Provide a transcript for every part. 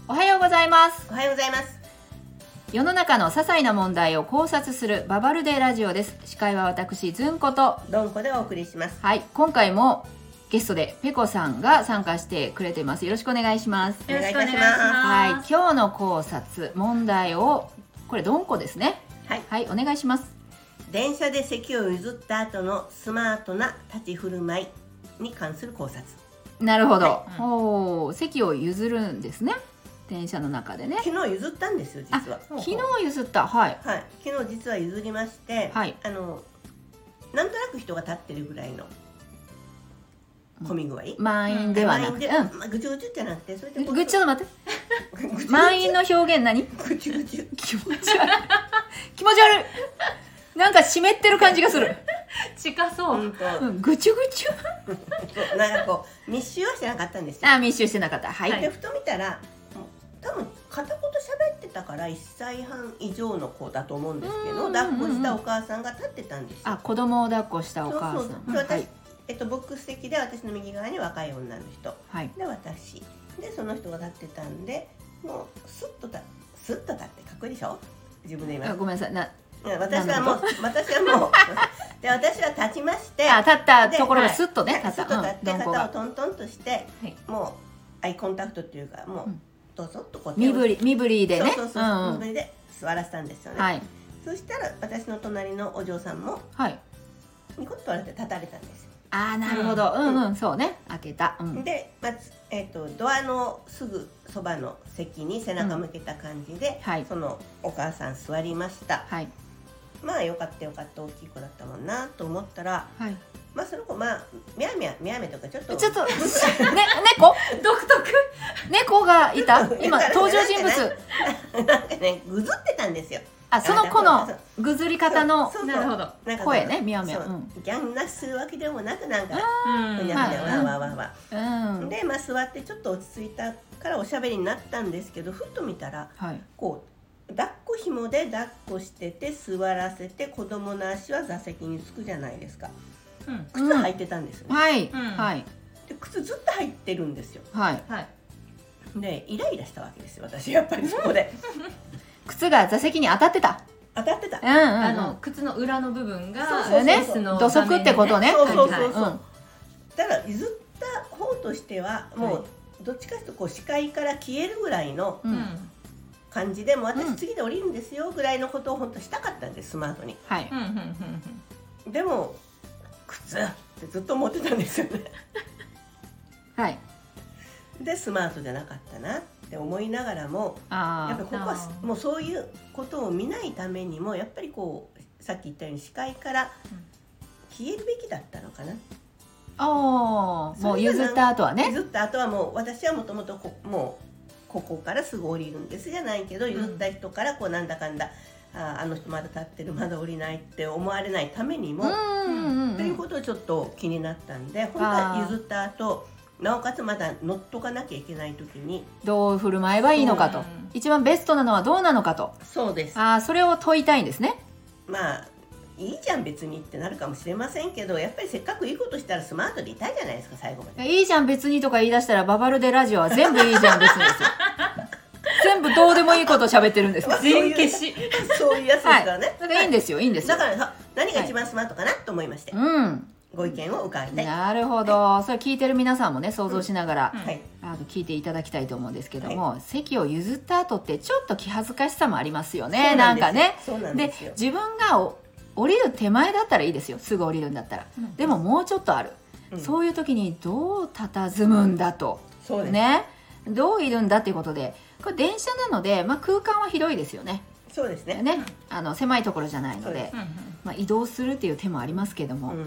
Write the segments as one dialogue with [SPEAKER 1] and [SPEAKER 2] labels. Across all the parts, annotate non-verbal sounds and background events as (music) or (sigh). [SPEAKER 1] います
[SPEAKER 2] おはようございます
[SPEAKER 1] 世の中の些細な問題を考察するババルデラジオです司会は私ずんこと
[SPEAKER 2] どんこでお送りします
[SPEAKER 1] はい今回もゲストでペコさんが参加してくれていますよろしくお願いします
[SPEAKER 2] よろしくお願いします
[SPEAKER 1] はい今日の考察問題をこれどんこですね
[SPEAKER 2] はい
[SPEAKER 1] はいお願いします
[SPEAKER 2] 電車で席を譲った後のスマートな立ち振る舞いに関する考察
[SPEAKER 1] なるほど、
[SPEAKER 3] いうん
[SPEAKER 1] おー席を譲るんですね電車の中でね
[SPEAKER 2] 昨日譲ったんですよ
[SPEAKER 1] あ
[SPEAKER 2] 実は
[SPEAKER 1] 昨日譲ったはい
[SPEAKER 2] はい昨日実は譲りまして、
[SPEAKER 1] はい
[SPEAKER 2] あのなんとなく人が立ってるぐらいの混み具合、
[SPEAKER 1] 満員ではなくて、
[SPEAKER 2] 満員でまあぐちゅぐちゅってなくてそれで
[SPEAKER 1] うん、ぐっちょっと待って
[SPEAKER 2] ぐちゅ
[SPEAKER 1] 満員の表現何
[SPEAKER 2] ぐちゅぐちゅ
[SPEAKER 1] 気持ち悪い気持ち悪いなんか湿ってる感じがする、
[SPEAKER 3] 近そう、
[SPEAKER 2] うんと
[SPEAKER 1] うん、ぐちゅぐちゅ
[SPEAKER 2] そうなんかこう密集はしてなかったんですよ
[SPEAKER 1] あ密集してなかったはい、
[SPEAKER 2] でふと見たら多分片言喋ってたから1歳半以上の子だと思うんですけ
[SPEAKER 1] う
[SPEAKER 2] ど
[SPEAKER 1] ん
[SPEAKER 2] 抱っこしたお母さんが立ってたんですよ
[SPEAKER 1] あ子供を抱っこしたお母さん
[SPEAKER 2] そうそうで
[SPEAKER 1] は
[SPEAKER 2] 私、
[SPEAKER 1] い、
[SPEAKER 2] えっと、ボックス席で私の右側に若い女の人
[SPEAKER 1] はい、
[SPEAKER 2] で私でその人が立ってたんでもうスッと立スッと立ってかっこいいでしょ自分で言い
[SPEAKER 1] あ
[SPEAKER 2] ます
[SPEAKER 1] ごめんなさいな
[SPEAKER 2] 私はもう私はもう (laughs) で私は立ちまして
[SPEAKER 1] あ立ったところが
[SPEAKER 3] で
[SPEAKER 1] スッとね、
[SPEAKER 2] ね、
[SPEAKER 1] 立
[SPEAKER 2] 立
[SPEAKER 1] っ
[SPEAKER 2] ったと
[SPEAKER 1] うん
[SPEAKER 2] 立って
[SPEAKER 1] どんこ
[SPEAKER 2] 肩を
[SPEAKER 1] が
[SPEAKER 2] トントンとして、
[SPEAKER 3] はい
[SPEAKER 2] もうアイコンタクトっていうかもう、
[SPEAKER 1] うん
[SPEAKER 2] どうぞっとこう
[SPEAKER 1] 身振り身振りでね
[SPEAKER 2] そうそうそう、
[SPEAKER 1] うん
[SPEAKER 2] 身振りで座らせたんですよ
[SPEAKER 1] うん
[SPEAKER 2] ね、
[SPEAKER 1] はい
[SPEAKER 2] そしたら私の隣のお嬢さんも
[SPEAKER 1] はい
[SPEAKER 2] ニコッと笑って立たれたんですよ、
[SPEAKER 1] あーなるほど、う、
[SPEAKER 2] うんん
[SPEAKER 1] うんそうね開けた、うん、
[SPEAKER 2] で、まずえっとドアのすぐそばの席に背中向けた感じで、
[SPEAKER 1] はい
[SPEAKER 2] そのお母さん座りました
[SPEAKER 1] はい
[SPEAKER 2] まあよかったよかった大きい子だったもんなと思ったら
[SPEAKER 1] はい
[SPEAKER 2] まあその子まあみやみやみやみとかちょっと
[SPEAKER 1] ちょっとね猫
[SPEAKER 3] 独特
[SPEAKER 1] 猫がいた今登場人物
[SPEAKER 2] なんかねぐずってたんですよ
[SPEAKER 1] あその子のぐずり方の
[SPEAKER 2] そうそう
[SPEAKER 3] なるほど
[SPEAKER 2] なんか
[SPEAKER 1] 声ねみやみや
[SPEAKER 2] そう
[SPEAKER 1] うん
[SPEAKER 2] ギャン泣きするわけでもなくなんか
[SPEAKER 3] うん
[SPEAKER 2] ふにゃふにゃ
[SPEAKER 1] まあ
[SPEAKER 2] わわわわ、
[SPEAKER 1] うん
[SPEAKER 2] でまあ座ってちょっと落ち着いたからおしゃべりになったんですけどふっと見たら
[SPEAKER 1] はい
[SPEAKER 2] こう抱っこ紐で抱っこしてて座らせて子供の足は座席につくじゃないですか
[SPEAKER 3] うん
[SPEAKER 2] 靴履いてたんですよね、
[SPEAKER 1] はい、
[SPEAKER 3] うん
[SPEAKER 1] はい
[SPEAKER 2] で靴ずっと入ってるんですよ
[SPEAKER 1] はい
[SPEAKER 3] はい
[SPEAKER 2] でイライラしたわけですよ私やっぱりそこで
[SPEAKER 1] 靴が座席に当たってた
[SPEAKER 2] 当たってた
[SPEAKER 1] うんうん、うん、
[SPEAKER 3] あの靴の裏の部分が
[SPEAKER 2] そうそうそう
[SPEAKER 1] ね
[SPEAKER 3] 椅子の
[SPEAKER 1] 土足ってことね
[SPEAKER 2] そうそう
[SPEAKER 3] は
[SPEAKER 2] そ
[SPEAKER 3] いうは
[SPEAKER 2] そ、
[SPEAKER 3] い
[SPEAKER 2] た
[SPEAKER 3] う
[SPEAKER 2] だ譲った方としてはもうどっちかというとこう視界から消えるぐらいの
[SPEAKER 1] うん、
[SPEAKER 2] 感じでもう
[SPEAKER 1] うん
[SPEAKER 2] 私次で降りるんですよぐらいのことを本当したかったんですスマートに
[SPEAKER 1] はい、
[SPEAKER 3] うんうんうん
[SPEAKER 2] でも靴ってずっと思ってたんですよね (laughs)
[SPEAKER 1] はい
[SPEAKER 2] でスマートじゃなかったなって思いながらもやっぱ
[SPEAKER 1] あ
[SPEAKER 2] りここ
[SPEAKER 3] あ
[SPEAKER 2] は
[SPEAKER 3] ー
[SPEAKER 2] もうそういうことを見ないためにもやっぱりこうさっき言ったように視界から消えるべきだったのかな
[SPEAKER 1] あおーもう譲った後はね
[SPEAKER 2] 譲った後はもう私はもともとこもうここからすぐ降りるんですじゃないけど
[SPEAKER 3] ん
[SPEAKER 2] 譲った人からこうなんだかんだ、あーあの人まだ立ってるまだ降りないって思われないために
[SPEAKER 1] う
[SPEAKER 2] も、
[SPEAKER 1] んうんうん
[SPEAKER 2] ということをちょっと気になったんで本当は譲った後なおかつまだ乗っとかなきゃいけない時に
[SPEAKER 1] どう振る舞えばいいのかと、
[SPEAKER 3] うん
[SPEAKER 1] 一番ベストなのはどうなのかと
[SPEAKER 2] そうです
[SPEAKER 1] あーそれを問いたいんですね
[SPEAKER 2] まあいいじゃん別にってなるかもしれませんけどやっぱりせっかくいいことしたらスマートでいたいじゃないですか最後ま
[SPEAKER 1] (laughs)
[SPEAKER 2] で。
[SPEAKER 1] いいじゃん別にとか言い出したらババルデラジオは全部いいじゃん別にですよ全部どうでもいいこと喋ってるんですよ
[SPEAKER 3] 全消し
[SPEAKER 2] そういうやつですからね。
[SPEAKER 1] だからいいんですよいいんですよ
[SPEAKER 2] だからさ何が一番スマートかなと思いまして、
[SPEAKER 1] うん
[SPEAKER 2] ご意見を伺いたい。
[SPEAKER 1] なるほど、それ聞いてる皆さんもね想像しながら、
[SPEAKER 3] うん
[SPEAKER 2] はい、
[SPEAKER 1] あの聞いていただきたいと思うんですけども、席を譲った後ってちょっと気恥ずかしさもありますよねなんかね
[SPEAKER 2] そうなん
[SPEAKER 1] で
[SPEAKER 2] ですよ。
[SPEAKER 1] 自分がお降りる手前だったらいいですよすぐ降りるんだったらでももうちょっとある、
[SPEAKER 2] うん
[SPEAKER 1] そういう時にどう佇むんだと、
[SPEAKER 2] そうです、
[SPEAKER 1] ねどういるんだっていうことでこれ電車なので、まあ、空間は広いですよね
[SPEAKER 2] そうですね。
[SPEAKER 1] ねあの狭いところじゃないの
[SPEAKER 2] そう
[SPEAKER 1] で
[SPEAKER 2] です
[SPEAKER 3] うんうん
[SPEAKER 1] まあ、移動するっていう手もありますけど
[SPEAKER 2] う
[SPEAKER 1] も、
[SPEAKER 2] ん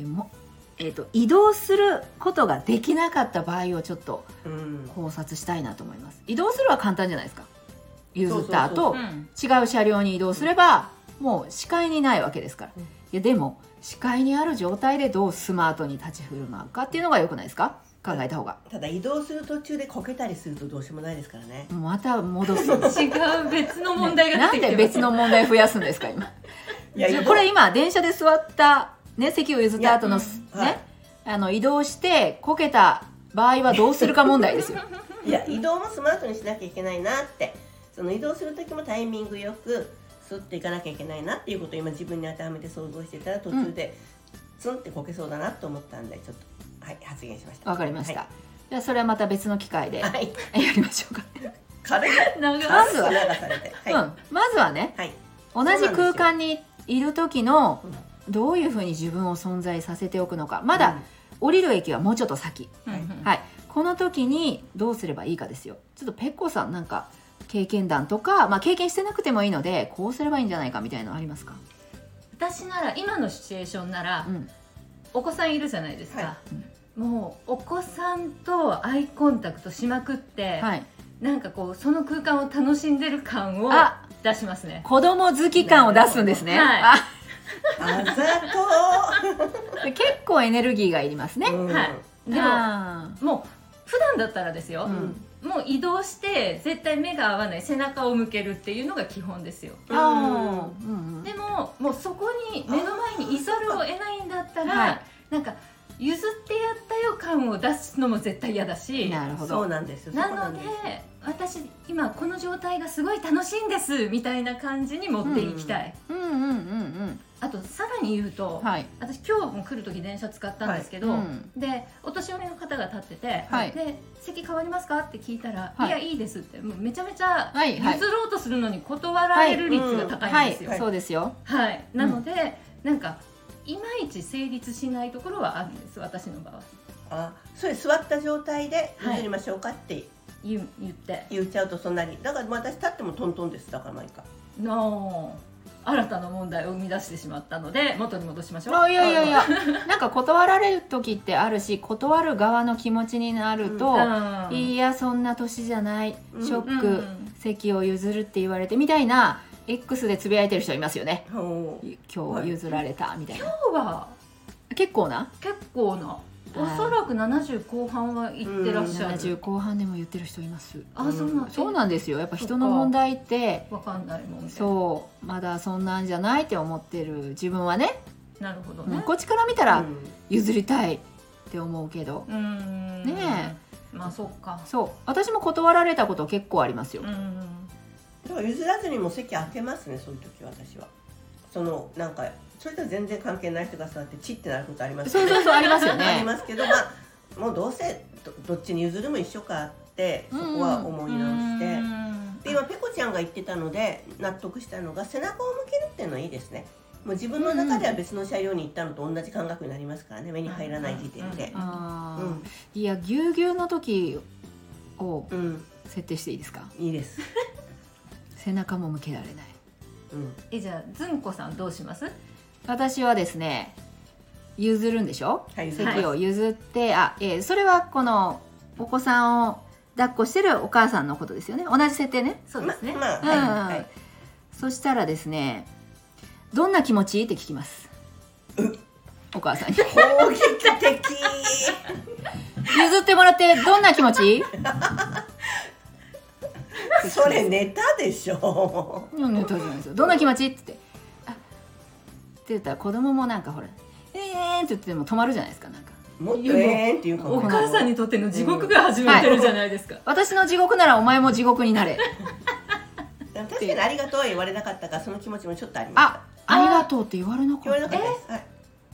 [SPEAKER 1] えもえー、と移動することができなかった場合をちょっと
[SPEAKER 2] うん、
[SPEAKER 1] 考察したいなと思います移動するは簡単じゃないですか譲った後
[SPEAKER 2] そう
[SPEAKER 3] うん
[SPEAKER 1] 違う車両に移動すれば、もう視界にないわけですから、
[SPEAKER 2] うん
[SPEAKER 1] いやでも視界にある状態でどうスマートに立ち振る舞うかっていうのが良くないですか考えた方が
[SPEAKER 2] ただ移動する途中でこけたりするとどうしようもないですからね。
[SPEAKER 1] また戻す
[SPEAKER 2] (laughs)
[SPEAKER 3] 違う別の問題が
[SPEAKER 1] なん
[SPEAKER 3] 出てきて
[SPEAKER 1] で
[SPEAKER 3] ます
[SPEAKER 1] 別の問題増やすんですか今
[SPEAKER 2] いや
[SPEAKER 1] じゃあ
[SPEAKER 2] 移動
[SPEAKER 1] これ今電車で座った、ね、席を譲った後の
[SPEAKER 3] いや
[SPEAKER 1] す、
[SPEAKER 2] うんはい
[SPEAKER 1] ねあの移動してこけた場合はどうするか問題ですよ。
[SPEAKER 2] いや移動もスマートにしなきゃいけないなってその移動する時もタイミングよくすっていかなきゃいけないなっていうことを今自分に当てはめて想像してたら途中でツンってこけそうだなと思ったんでちょっとはい発言しました
[SPEAKER 1] わかりました。じゃあそれはまた別の機会で
[SPEAKER 2] は
[SPEAKER 1] (laughs) や
[SPEAKER 2] い、はい、
[SPEAKER 1] りましょうか。
[SPEAKER 2] 軽い
[SPEAKER 3] 長
[SPEAKER 1] あ
[SPEAKER 3] い
[SPEAKER 1] まずは
[SPEAKER 2] 流されてはい、
[SPEAKER 1] うん、まずはね
[SPEAKER 2] はい
[SPEAKER 1] 同
[SPEAKER 2] なんです
[SPEAKER 1] じ
[SPEAKER 2] よ
[SPEAKER 1] 空間にいる時のどういうふうに自分を存在させておくのかまだ降りる駅はもうちょっと先、
[SPEAKER 3] うんうん
[SPEAKER 1] はい、この時にどうすればいいかですよちょっとペッコさんなんか経験談とか、まあ、経験してなくてもいいのでこうすればいいんじゃないかみたいなのありますか、
[SPEAKER 3] 私なら今のシチュエーションなら
[SPEAKER 1] うん、
[SPEAKER 3] お子さんいるじゃないですか、
[SPEAKER 2] は
[SPEAKER 3] もうお子さんとアイコンタクトしまくって、
[SPEAKER 1] はい
[SPEAKER 3] なんかこうその空間を楽しんでる感を
[SPEAKER 1] あ
[SPEAKER 3] 出しますね
[SPEAKER 1] 子供好き感を出すんですね、
[SPEAKER 3] はい
[SPEAKER 1] あ
[SPEAKER 2] あざ
[SPEAKER 1] 結構エネルギーがいります
[SPEAKER 2] と
[SPEAKER 1] ね、
[SPEAKER 2] うん
[SPEAKER 3] はいでも
[SPEAKER 1] あ
[SPEAKER 3] もう普段だったらですよ、
[SPEAKER 1] うん
[SPEAKER 3] もう移動して絶対目が合わない背中を向けるっていうのが基本ですよ
[SPEAKER 1] ーあー、うんうん
[SPEAKER 3] でももうそこに目の前にいざるを得ないんだったら、
[SPEAKER 1] はい
[SPEAKER 3] なんか譲ってやったよ感を出すのも絶対嫌だし
[SPEAKER 1] なるほ
[SPEAKER 2] そ
[SPEAKER 1] ど
[SPEAKER 2] うなんですよ
[SPEAKER 3] なので私今この状態がすごい楽しいんですみたいな感じに持っていきたい、
[SPEAKER 1] うんうんうん
[SPEAKER 3] あとさらに言うと、
[SPEAKER 1] うんはい
[SPEAKER 3] 私今日も来る時電車使ったんですけど、
[SPEAKER 1] うん
[SPEAKER 3] でお年寄りの方が立ってて、
[SPEAKER 1] はい
[SPEAKER 3] で席変わりますかって聞いたら、
[SPEAKER 1] はい
[SPEAKER 3] い、やいいですってもうめちゃめちゃ
[SPEAKER 1] はいはい
[SPEAKER 3] 譲ろうとするのに断られる率が高
[SPEAKER 1] はい
[SPEAKER 3] ん
[SPEAKER 1] い
[SPEAKER 3] ですよ。はい
[SPEAKER 1] そうですよ
[SPEAKER 3] なので、なんかいまいち成立しないところはあるんです私の場合
[SPEAKER 2] あそれ座った状態で
[SPEAKER 3] はい
[SPEAKER 2] 譲りましょうかって
[SPEAKER 3] 言う言って
[SPEAKER 2] 言っちゃうとそんなにだからもう私立ってもトントンですだから毎回
[SPEAKER 3] の新たな問題を生み出してしまったので元に戻しましょう。
[SPEAKER 1] あいやいやいやなんか断られる時ってあるし断る側の気持ちになると、
[SPEAKER 3] うん
[SPEAKER 1] いやそんな年じゃない
[SPEAKER 2] うん
[SPEAKER 1] ショ
[SPEAKER 3] うん
[SPEAKER 1] ック、席を譲るって言われてみたいな X でつぶやいてる人いますよね
[SPEAKER 2] ほう
[SPEAKER 1] 今日譲られたみたいな
[SPEAKER 3] 今日は
[SPEAKER 1] 結構な
[SPEAKER 3] 結構なおそらく70後半は行ってらっしゃる、
[SPEAKER 1] 70後半でも言ってる人います
[SPEAKER 3] あそうなん
[SPEAKER 1] そう
[SPEAKER 3] の
[SPEAKER 1] なんですよやっぱ人
[SPEAKER 3] そ
[SPEAKER 1] の
[SPEAKER 3] っか
[SPEAKER 1] 問題って
[SPEAKER 3] わかんないもんね
[SPEAKER 1] そうまだそんなんじゃないって思ってる自分はね
[SPEAKER 3] なるほど
[SPEAKER 1] う
[SPEAKER 3] ね
[SPEAKER 1] んこっちから見た
[SPEAKER 2] う
[SPEAKER 1] ら
[SPEAKER 2] ん
[SPEAKER 1] 譲りたいって思うけど
[SPEAKER 3] うーん
[SPEAKER 1] ね
[SPEAKER 3] えまあそっか
[SPEAKER 1] そう私も断られたこと結構ありますよ
[SPEAKER 3] う、ん
[SPEAKER 2] だから譲らずにもう席開けますねそういう時は私はそのなんかそれとは全然関係ない人が座ってチッてなることあります
[SPEAKER 1] そうそうそうありますよ
[SPEAKER 2] (laughs) あり
[SPEAKER 1] ね
[SPEAKER 2] ますけどまあもうどうせどどっちに譲るも一緒かってそこは思い直して、で今ペコちゃんが言ってたので納得したのが背中を向けるっていうのはいいですねもう自分の中では別の車両に行ったのと同じ感覚になりますからね目に入らない時点で
[SPEAKER 3] うん
[SPEAKER 1] あ
[SPEAKER 2] う
[SPEAKER 1] ー
[SPEAKER 2] ん、
[SPEAKER 1] いやぎゅうぎゅうの時を
[SPEAKER 2] うん、
[SPEAKER 1] 設定していいですか
[SPEAKER 2] いいです、
[SPEAKER 1] 背中も向けられない
[SPEAKER 2] うん、
[SPEAKER 3] えじゃあずんこさんどうします
[SPEAKER 1] 私はですね譲るんでしょ
[SPEAKER 2] はい譲ります
[SPEAKER 1] 席を譲って、あ、えーそれはこのお子さんを抱っこしてるお母さんのことですよね同じ設定ね
[SPEAKER 3] そうですね、
[SPEAKER 2] ままあ、
[SPEAKER 1] うん
[SPEAKER 2] はいはい
[SPEAKER 1] そしたらですねどんな気持ちって聞きます
[SPEAKER 2] (laughs)
[SPEAKER 1] お母さんに
[SPEAKER 2] 攻撃的
[SPEAKER 1] 譲ってもらってどんな気持ち
[SPEAKER 2] (laughs) それネタでしょ
[SPEAKER 1] うん、ね、大丈夫ですよ。どんな気持ちって言って。あ。って言ったら、子供もなんかほら。えーんって言っても、止まるじゃないですか、なんか。
[SPEAKER 2] もっとえーんっていうか
[SPEAKER 3] お母さんにとっての地獄が始まってるじゃないですか、
[SPEAKER 1] 私の地獄なら、お前も地獄になれ。
[SPEAKER 2] 確かにありがとうは言われなかったからその気持ちもちょっとありました
[SPEAKER 1] あ。ありがとうって言われな
[SPEAKER 2] 言
[SPEAKER 1] か
[SPEAKER 2] わ
[SPEAKER 1] っ
[SPEAKER 2] れな
[SPEAKER 1] た。
[SPEAKER 2] かったです、はい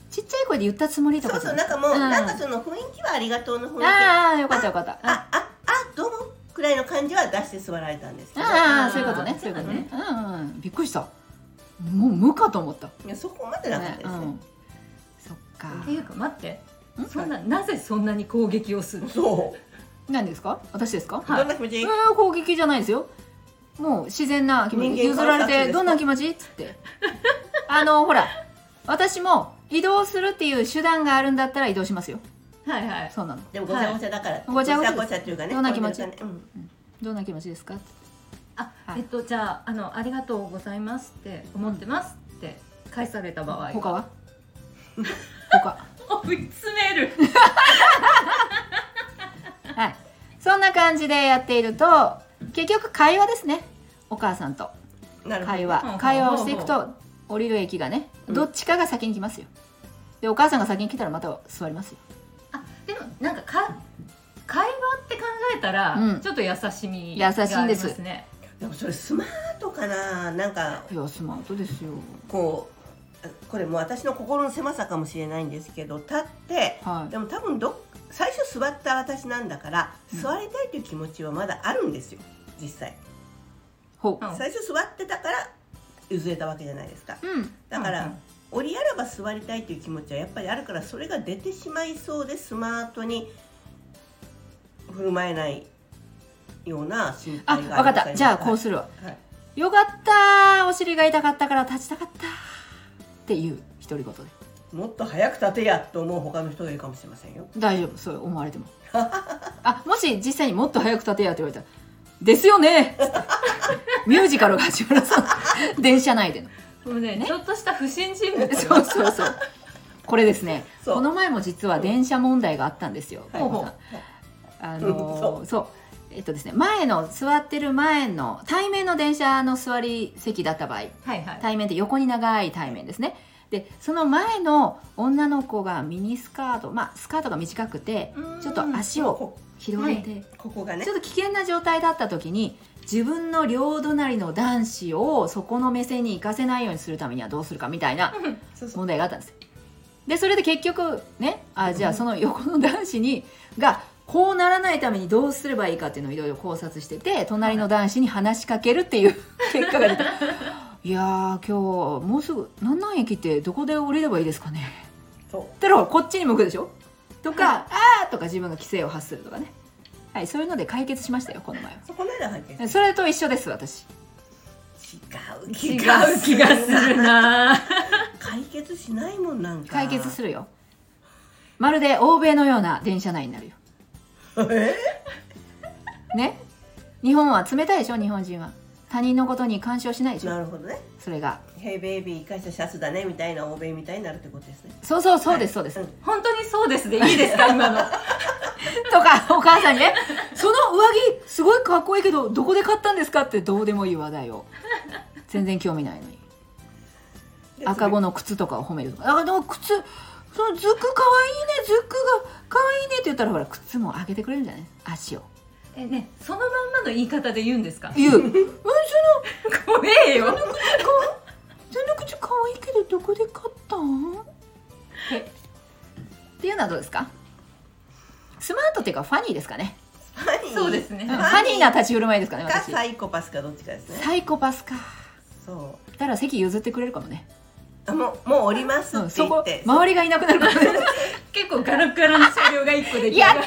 [SPEAKER 1] ちっちゃい声で言ったつもりと
[SPEAKER 2] そ
[SPEAKER 1] か
[SPEAKER 2] う
[SPEAKER 1] じ
[SPEAKER 2] そ
[SPEAKER 1] ゃ
[SPEAKER 2] う
[SPEAKER 1] な。
[SPEAKER 2] ないんかもう、
[SPEAKER 1] うん
[SPEAKER 2] なんかその雰囲気はありがとうの雰囲気
[SPEAKER 1] あ
[SPEAKER 2] あ
[SPEAKER 1] あ、よかった、よかった。あ
[SPEAKER 2] ああどうもくらいの感じは出して座られたんですけど
[SPEAKER 1] あー、そういうことね。
[SPEAKER 3] あー
[SPEAKER 1] そういうことね。うんうん、びっくりした。もう無かと思った。
[SPEAKER 2] いやそこまでなかったです
[SPEAKER 1] う
[SPEAKER 2] ね、
[SPEAKER 1] ん。そっか。
[SPEAKER 3] っていうか待って
[SPEAKER 1] ん
[SPEAKER 3] そんななぜそんなに攻撃をする
[SPEAKER 2] そ
[SPEAKER 1] 何ですか。私ですか。
[SPEAKER 2] う、
[SPEAKER 3] はい
[SPEAKER 2] どんな気持ち、
[SPEAKER 1] えー攻撃じゃないですよもう自然な気持ち
[SPEAKER 2] 人間
[SPEAKER 1] 譲られ
[SPEAKER 2] 観察です
[SPEAKER 1] て
[SPEAKER 2] か
[SPEAKER 1] どんな気持ちっつってあのほら私も移動するっていう手段があるんだったら移動しますよ
[SPEAKER 3] はいはい
[SPEAKER 1] そうなの
[SPEAKER 2] でもごちゃごちゃだから、
[SPEAKER 1] ごちゃごちゃです
[SPEAKER 2] ごちゃっていうかね
[SPEAKER 1] どんな気持ち
[SPEAKER 2] こういうのがね
[SPEAKER 1] どんな気持ちですか
[SPEAKER 3] あ、
[SPEAKER 1] はい
[SPEAKER 3] えっとじゃああのありがとうございますって思ってますって返された場合
[SPEAKER 1] 他は他
[SPEAKER 3] お追い詰める
[SPEAKER 1] はいそんな感じでやっていると結局会話ですねお母さんと
[SPEAKER 2] うんなるほど
[SPEAKER 1] 会
[SPEAKER 3] ほうほ
[SPEAKER 1] 話
[SPEAKER 3] う
[SPEAKER 1] 会話をしていくと降りる駅がね
[SPEAKER 2] うん
[SPEAKER 1] どっちかが先に来ますよでお母さんが先に来たらまた座りますよ
[SPEAKER 3] あでもなんかか会話って考えたら、
[SPEAKER 1] うん
[SPEAKER 3] ちょっと優しみ
[SPEAKER 1] 優しいんです
[SPEAKER 3] がありまね
[SPEAKER 2] でもそれスマートかななんか
[SPEAKER 1] いやスマートですよ
[SPEAKER 2] こうあこれもう私の心の狭さかもしれないんですけど立って
[SPEAKER 1] はい
[SPEAKER 2] でも多分どっ最初座った私なんだから
[SPEAKER 1] うん
[SPEAKER 2] 座りたいという気持ちはまだあるんですよ実際
[SPEAKER 1] ほ
[SPEAKER 3] うん
[SPEAKER 2] 最初座ってたから譲れたわけじゃないですか
[SPEAKER 1] ううん
[SPEAKER 2] だか
[SPEAKER 3] う
[SPEAKER 2] ら
[SPEAKER 3] ん
[SPEAKER 2] 折りあらば座りたいという気持ちはやっぱりあるからそれが出てしまいそうでスマートに振る舞えないような心
[SPEAKER 1] あ
[SPEAKER 2] 配
[SPEAKER 1] 分
[SPEAKER 2] が
[SPEAKER 1] かっ
[SPEAKER 2] りま
[SPEAKER 1] た
[SPEAKER 2] す
[SPEAKER 1] じゃあこうするわ
[SPEAKER 2] はい
[SPEAKER 1] よかったお尻が痛かったから立ちたかったっていう独り言で
[SPEAKER 2] もっと早く立てやと思う他の人がいるかもしれませんよ
[SPEAKER 1] 大丈夫そう思われて
[SPEAKER 2] (laughs)
[SPEAKER 1] もあもし実際にもっと早く立てやって言われたら「ですよね!」ミュージカルが始まるそう電車内での
[SPEAKER 3] もうね
[SPEAKER 1] ね
[SPEAKER 3] ちょっとした不審人物
[SPEAKER 1] そうそうそうこれですね
[SPEAKER 2] そう
[SPEAKER 1] この前も実は電車問題があったんですよ、
[SPEAKER 2] はい
[SPEAKER 1] ペコ
[SPEAKER 3] は
[SPEAKER 1] さ
[SPEAKER 3] い
[SPEAKER 1] んあ
[SPEAKER 2] うん
[SPEAKER 1] の
[SPEAKER 2] そ
[SPEAKER 1] そうえっとですね前の座ってる前の対面の電車の座り席だった場合
[SPEAKER 3] はいはい
[SPEAKER 1] 対面って横に長い対面ですねでその前の女の子がミニスカートまあスカートが短くて
[SPEAKER 3] うん
[SPEAKER 1] ちょっと足を
[SPEAKER 2] こ
[SPEAKER 1] 広げて、
[SPEAKER 2] ここがね
[SPEAKER 1] ちょっと危険な状態だった時に自分の両隣の男子をそこの目線に行かせないようにするためにはどうするかみたいな
[SPEAKER 2] そうそう
[SPEAKER 1] 問題があったんですでそれで結局ねあじゃあその横の男子にがこうならないためにどうすればいいかっていうのをいろいろ考察してて隣の男子に話しかけるっていう結果が出たいやー今日もうすぐ南南駅ってどこで降りればいいですかね
[SPEAKER 2] そう
[SPEAKER 1] だからこっちに向くでしょとか、ああーとか自分が規制を発するとかねはいそういうので解決しましたよこの前は
[SPEAKER 2] そこなら入ってる違
[SPEAKER 1] それと一緒です私
[SPEAKER 2] う
[SPEAKER 3] 違う気がするな
[SPEAKER 2] 解決しないもんなんか
[SPEAKER 1] 解決す
[SPEAKER 2] る
[SPEAKER 1] るよまるで欧米のような電車内になるよ
[SPEAKER 2] え
[SPEAKER 1] ね日本は冷たいでしょ日本人は他人のことに干渉しないでしょ
[SPEAKER 2] なるほどね
[SPEAKER 1] それが
[SPEAKER 2] 「ヘイベイビー会社シャツだね」みたいな欧米みたいになるってことですね
[SPEAKER 1] そうそうそうですそうです、
[SPEAKER 2] うん
[SPEAKER 3] 本当にそうですでいい (laughs) ですか今の
[SPEAKER 1] とかお母さんにね「その上着すごいかっこいいけどどこで買ったんですか?」ってどうでもいい話題を全然興味ないのに
[SPEAKER 2] で
[SPEAKER 1] 赤子
[SPEAKER 2] 次
[SPEAKER 1] の靴とかを褒めるとか「あでも靴そのズックかわいいねズックがかわいいね」って言ったらほら靴も上げてくれるんじゃない足を
[SPEAKER 3] えねそのまんまの言い方で言うんですか
[SPEAKER 1] 言う (laughs) うん
[SPEAKER 3] 怖えよ
[SPEAKER 1] 「その靴かわいいけどどこで買ったん?」ってっていうのはどうですかスマートっていうかファニーですかね、
[SPEAKER 2] ファニー
[SPEAKER 3] そうですね
[SPEAKER 1] うん
[SPEAKER 3] フ
[SPEAKER 1] フ
[SPEAKER 3] ァニ
[SPEAKER 1] ァ
[SPEAKER 3] ー
[SPEAKER 1] ニーな立ち振る舞いですかね
[SPEAKER 2] か
[SPEAKER 1] 私
[SPEAKER 2] サイコパスかどっちかですね
[SPEAKER 1] サイコパスか
[SPEAKER 2] そ
[SPEAKER 1] だから席譲ってくれるかもね、
[SPEAKER 2] うあもうもう降ります
[SPEAKER 1] う
[SPEAKER 2] っ
[SPEAKER 1] ん、
[SPEAKER 2] て
[SPEAKER 1] そ
[SPEAKER 2] 言
[SPEAKER 1] こ
[SPEAKER 2] って、
[SPEAKER 1] 周りがいなくなるかもね (laughs)
[SPEAKER 3] 結構ガラガラの車両が一個でき
[SPEAKER 1] やった、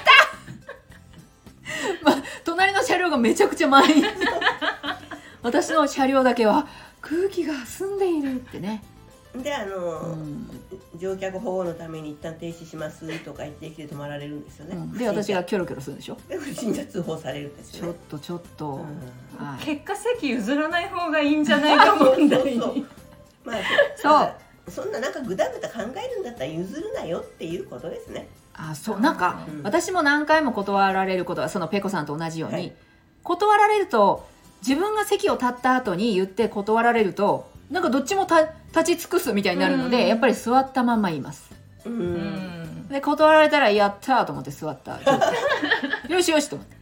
[SPEAKER 1] ま、隣の車両がめちゃくちゃ満 (laughs) 員私の車両だけは空気が澄んでいるってね、
[SPEAKER 2] であ
[SPEAKER 1] う
[SPEAKER 2] の、
[SPEAKER 1] ん
[SPEAKER 2] 乗客保護のために一旦停止しますとか言って駅で止まられるんですよね、
[SPEAKER 1] うん
[SPEAKER 2] 不
[SPEAKER 1] で
[SPEAKER 2] 審者
[SPEAKER 1] 私がキョロキョロするんでしょ
[SPEAKER 2] で不審者通報されるんです
[SPEAKER 1] ちょ
[SPEAKER 2] よ
[SPEAKER 1] っ
[SPEAKER 2] ね
[SPEAKER 1] とちょっと、
[SPEAKER 2] うん
[SPEAKER 1] はい、
[SPEAKER 3] 結果席譲らない方がいいんじゃないか問題
[SPEAKER 2] そうそうそ
[SPEAKER 3] に
[SPEAKER 2] うまあ
[SPEAKER 1] そう
[SPEAKER 2] そんななんかぐだぐだ考えるんだったら譲るなよっていうことですね
[SPEAKER 1] あそうなんか
[SPEAKER 2] うん
[SPEAKER 1] 私も何回も断られることはそのペコさんと同じように、
[SPEAKER 2] はい
[SPEAKER 1] 断られると自分が席を立った後に言って断られるとなんかどっちもた立ち尽くすみたいになるので、
[SPEAKER 3] うん
[SPEAKER 1] やっぱり座ったまんま言います
[SPEAKER 2] うん、
[SPEAKER 3] うん
[SPEAKER 1] で断られたら「やったー」と思って座った
[SPEAKER 2] (laughs)
[SPEAKER 1] よしよしと思って、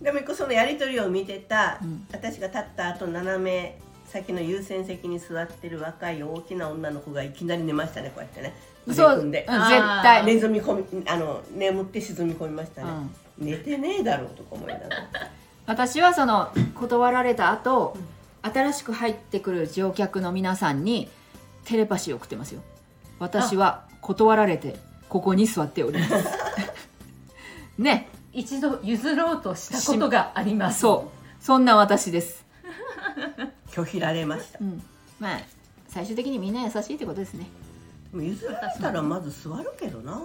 [SPEAKER 2] でも一個そのやり取りを見てた、
[SPEAKER 1] うん
[SPEAKER 2] 私が立った後斜め先の優先席に座ってる若い大きな女の子がいきなり寝ましたねこうやってね
[SPEAKER 1] そう、
[SPEAKER 2] 腕組
[SPEAKER 1] うんん、
[SPEAKER 2] で
[SPEAKER 1] 絶
[SPEAKER 3] あー
[SPEAKER 1] 対、
[SPEAKER 2] 寝み込みあの眠って沈み込みました
[SPEAKER 1] う
[SPEAKER 2] ね、
[SPEAKER 1] ん、
[SPEAKER 2] 寝てねえだろうとか思いながら
[SPEAKER 1] 私はその断られた後
[SPEAKER 2] うん
[SPEAKER 1] 新しく入ってくる乗客の皆さんにテレパシーを送ってますよ私は断られてここに座っておりますね
[SPEAKER 3] 一度譲ろうとしたことがあります
[SPEAKER 1] そうそんな私です、
[SPEAKER 2] 拒否られました
[SPEAKER 1] うん、まあ最終的にみんな優しいってことですね
[SPEAKER 2] でも譲られたらまず座るけどな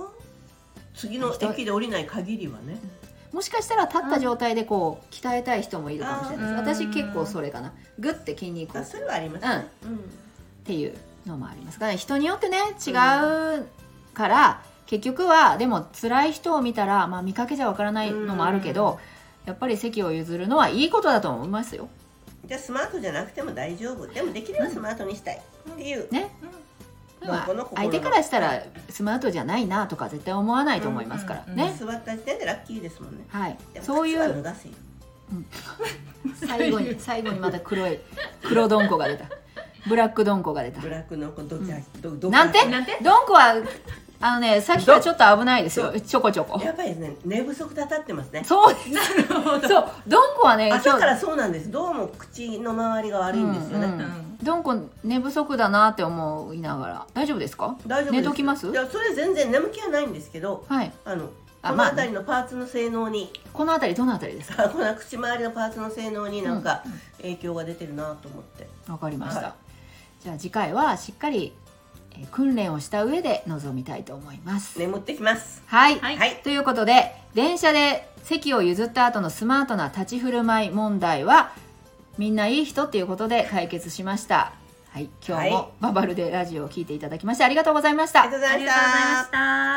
[SPEAKER 2] 次の駅で降りない限りはね
[SPEAKER 1] もしかしたら立った状態でこう鍛えたい人もいるかもしれないです
[SPEAKER 3] あ
[SPEAKER 1] 私
[SPEAKER 3] ー
[SPEAKER 1] 結構それかなグッて筋肉を
[SPEAKER 2] あそれはありますね、うん
[SPEAKER 1] っていうのもありますが、ね、人によってね違うから、結局はでも辛い人を見たら、まあ、見かけじゃわからないのもあるけど、やっぱり席を譲るのはいいことだと思いますよ。
[SPEAKER 2] じゃあスマートじゃなくても大丈夫でもできればスマートにしたいっていう、
[SPEAKER 1] ね
[SPEAKER 3] うん
[SPEAKER 2] どこの心の
[SPEAKER 1] 相手からしたらスマートじゃないなとか絶対思わないと思いますから
[SPEAKER 3] うんうんうん
[SPEAKER 1] ね、
[SPEAKER 2] 座った時点でラッキーですもんね
[SPEAKER 1] はい
[SPEAKER 2] でも
[SPEAKER 1] そうい
[SPEAKER 2] 靴は脱
[SPEAKER 1] う
[SPEAKER 2] がせよ
[SPEAKER 1] 最後に最後にまた黒い黒どんこが出たブラックどんこが出た
[SPEAKER 2] ブラックのこうドキャ、ドド
[SPEAKER 1] なんて
[SPEAKER 3] なんて
[SPEAKER 1] どんこはあのねさっきからちょっと危ないですよ
[SPEAKER 2] ど
[SPEAKER 1] ちょこちょこ
[SPEAKER 2] やばいですね寝不足たたってますね
[SPEAKER 1] そうです
[SPEAKER 3] なるほど。
[SPEAKER 1] そうどんこはね今
[SPEAKER 2] 朝か
[SPEAKER 1] 日
[SPEAKER 2] らそうなんですどうも口の周りが悪いんですよね、
[SPEAKER 1] うん
[SPEAKER 3] うん
[SPEAKER 1] どんこ寝不足だなって思いながら大丈夫ですか
[SPEAKER 2] 大丈夫です
[SPEAKER 1] 寝ときます
[SPEAKER 2] いやそれ全然眠気はないんですけど
[SPEAKER 1] はい
[SPEAKER 2] あの
[SPEAKER 1] あ
[SPEAKER 2] この
[SPEAKER 1] まあ
[SPEAKER 2] 辺りのパーツの性能に、 (laughs)
[SPEAKER 1] この辺りどの辺りですか
[SPEAKER 2] この口周りのパーツの性能になんか影響が出てるなと思って、
[SPEAKER 1] わかりました、
[SPEAKER 2] は
[SPEAKER 1] じゃあ次回はしっかり、えー訓練をした上で臨みたいと思います、
[SPEAKER 2] 眠ってきます
[SPEAKER 1] はい、
[SPEAKER 3] はい
[SPEAKER 2] はい
[SPEAKER 1] ということで電車で席を譲った後のスマートな立ち振る舞い問題はみんないい人っていうことで解決しましたはい今日
[SPEAKER 2] はい
[SPEAKER 1] もババルでラジオを聞いていただきましてありがとうございまし
[SPEAKER 2] あ
[SPEAKER 1] た
[SPEAKER 2] りがとうご
[SPEAKER 3] あ
[SPEAKER 2] ざい
[SPEAKER 3] り
[SPEAKER 2] ま
[SPEAKER 3] が
[SPEAKER 2] し
[SPEAKER 3] とうござい
[SPEAKER 2] た
[SPEAKER 3] ました。